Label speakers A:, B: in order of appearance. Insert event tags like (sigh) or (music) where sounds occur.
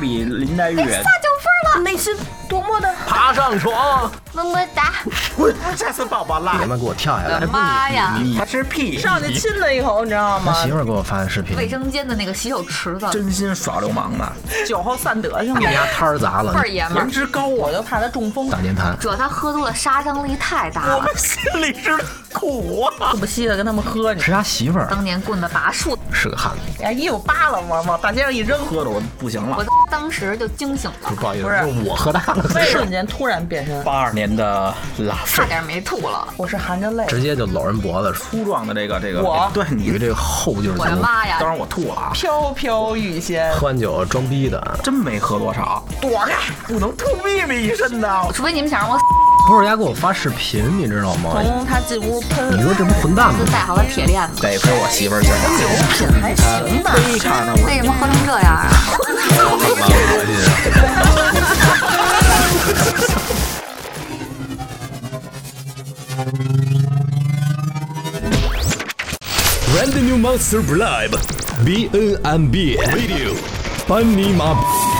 A: 比林黛玉
B: 分了，那是多么的
C: 爬上床，
B: 么么哒！
A: 滚！下次抱抱啦
D: 你！们给我跳下来！
E: 妈呀！
A: 哎你还吃屁！
F: 上去亲了一口，你知道
D: 他
F: 吗？
D: 媳妇儿给我发的视频，
E: 卫生间的那个洗手池子，
A: 真心耍流氓啊呢！
F: 酒后散德性
D: (laughs) 你
F: 了。
D: 家摊儿砸了
E: 倍，儿爷们
A: 颜
E: 儿。
A: 值高啊
F: 我！就怕他中风，
D: 大连谈。
E: 主要他喝多了，杀伤力太大
A: 我
E: 了。
A: 们心里是苦啊！
F: 我不稀得跟他们喝你。
D: 是他媳妇儿
E: 当年棍子拔树，
D: 是个汉子，
F: 哎，衣服扒了我，往大街上一扔，
A: 喝的我不行
E: 我
A: 了。
E: 当时就惊醒了，
D: 不好意思，
F: 不是
D: 是我喝大了，
F: 瞬间突然变身，
A: 八二年的拉菲
E: 差，点没吐了。
F: 我是含着泪。
D: 直接就搂人脖子说
A: 粗壮的这个这个，哎
F: 我
A: 对：“
D: 你
A: 你，
D: 这个后劲儿
E: 我的
D: 足，
E: 妈呀
A: 当！然我吐了啊，
F: 飘飘欲仙，
D: 喝完酒装逼的，
A: 真没喝多少，
F: 躲开！
A: 不能吐秘密一身的。
E: 除非你们想让我死，
D: 不是人家给我发视频，你知道吗？
F: 从他进屋
D: 你
F: 喷，
D: 说这不混蛋吗
E: 就？带好了铁链子。
A: 得亏我媳妇儿劲儿
F: 酒品还行吧？
A: 非常的
E: 为什么喝成这样啊？
G: Brand new Monster Live BNMB Radio 班尼马。